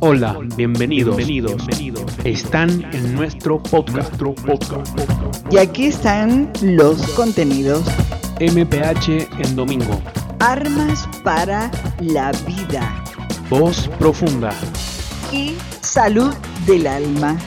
Hola, bienvenidos. Están en nuestro podcast. podcast. Y aquí están los contenidos. MPH en domingo. Armas para la vida Voz profunda. y salud del alma.